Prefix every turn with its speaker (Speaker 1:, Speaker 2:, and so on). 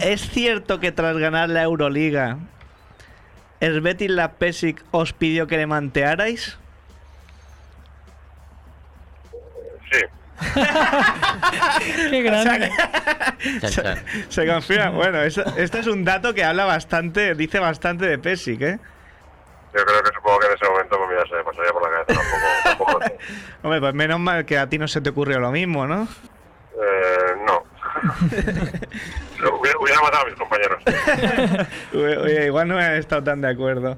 Speaker 1: ¿Es cierto que tras ganar la Euroliga, Svetis Lapesic os pidió que le mantearais?
Speaker 2: Sí.
Speaker 3: Qué grande.
Speaker 4: Chan, chan.
Speaker 1: Se confía. Bueno, eso- este es un dato que habla bastante, dice bastante de Pesic, ¿eh?
Speaker 2: Yo creo que supongo que en ese momento pues mira, se me pasaría por la cabeza tampoco. tampoco
Speaker 1: Hombre, pues menos mal que a ti no se te ocurrió lo mismo, ¿no?
Speaker 2: eh, no. Lo hubiera, hubiera matado a mis compañeros.
Speaker 1: Oye, igual no he estado tan de acuerdo.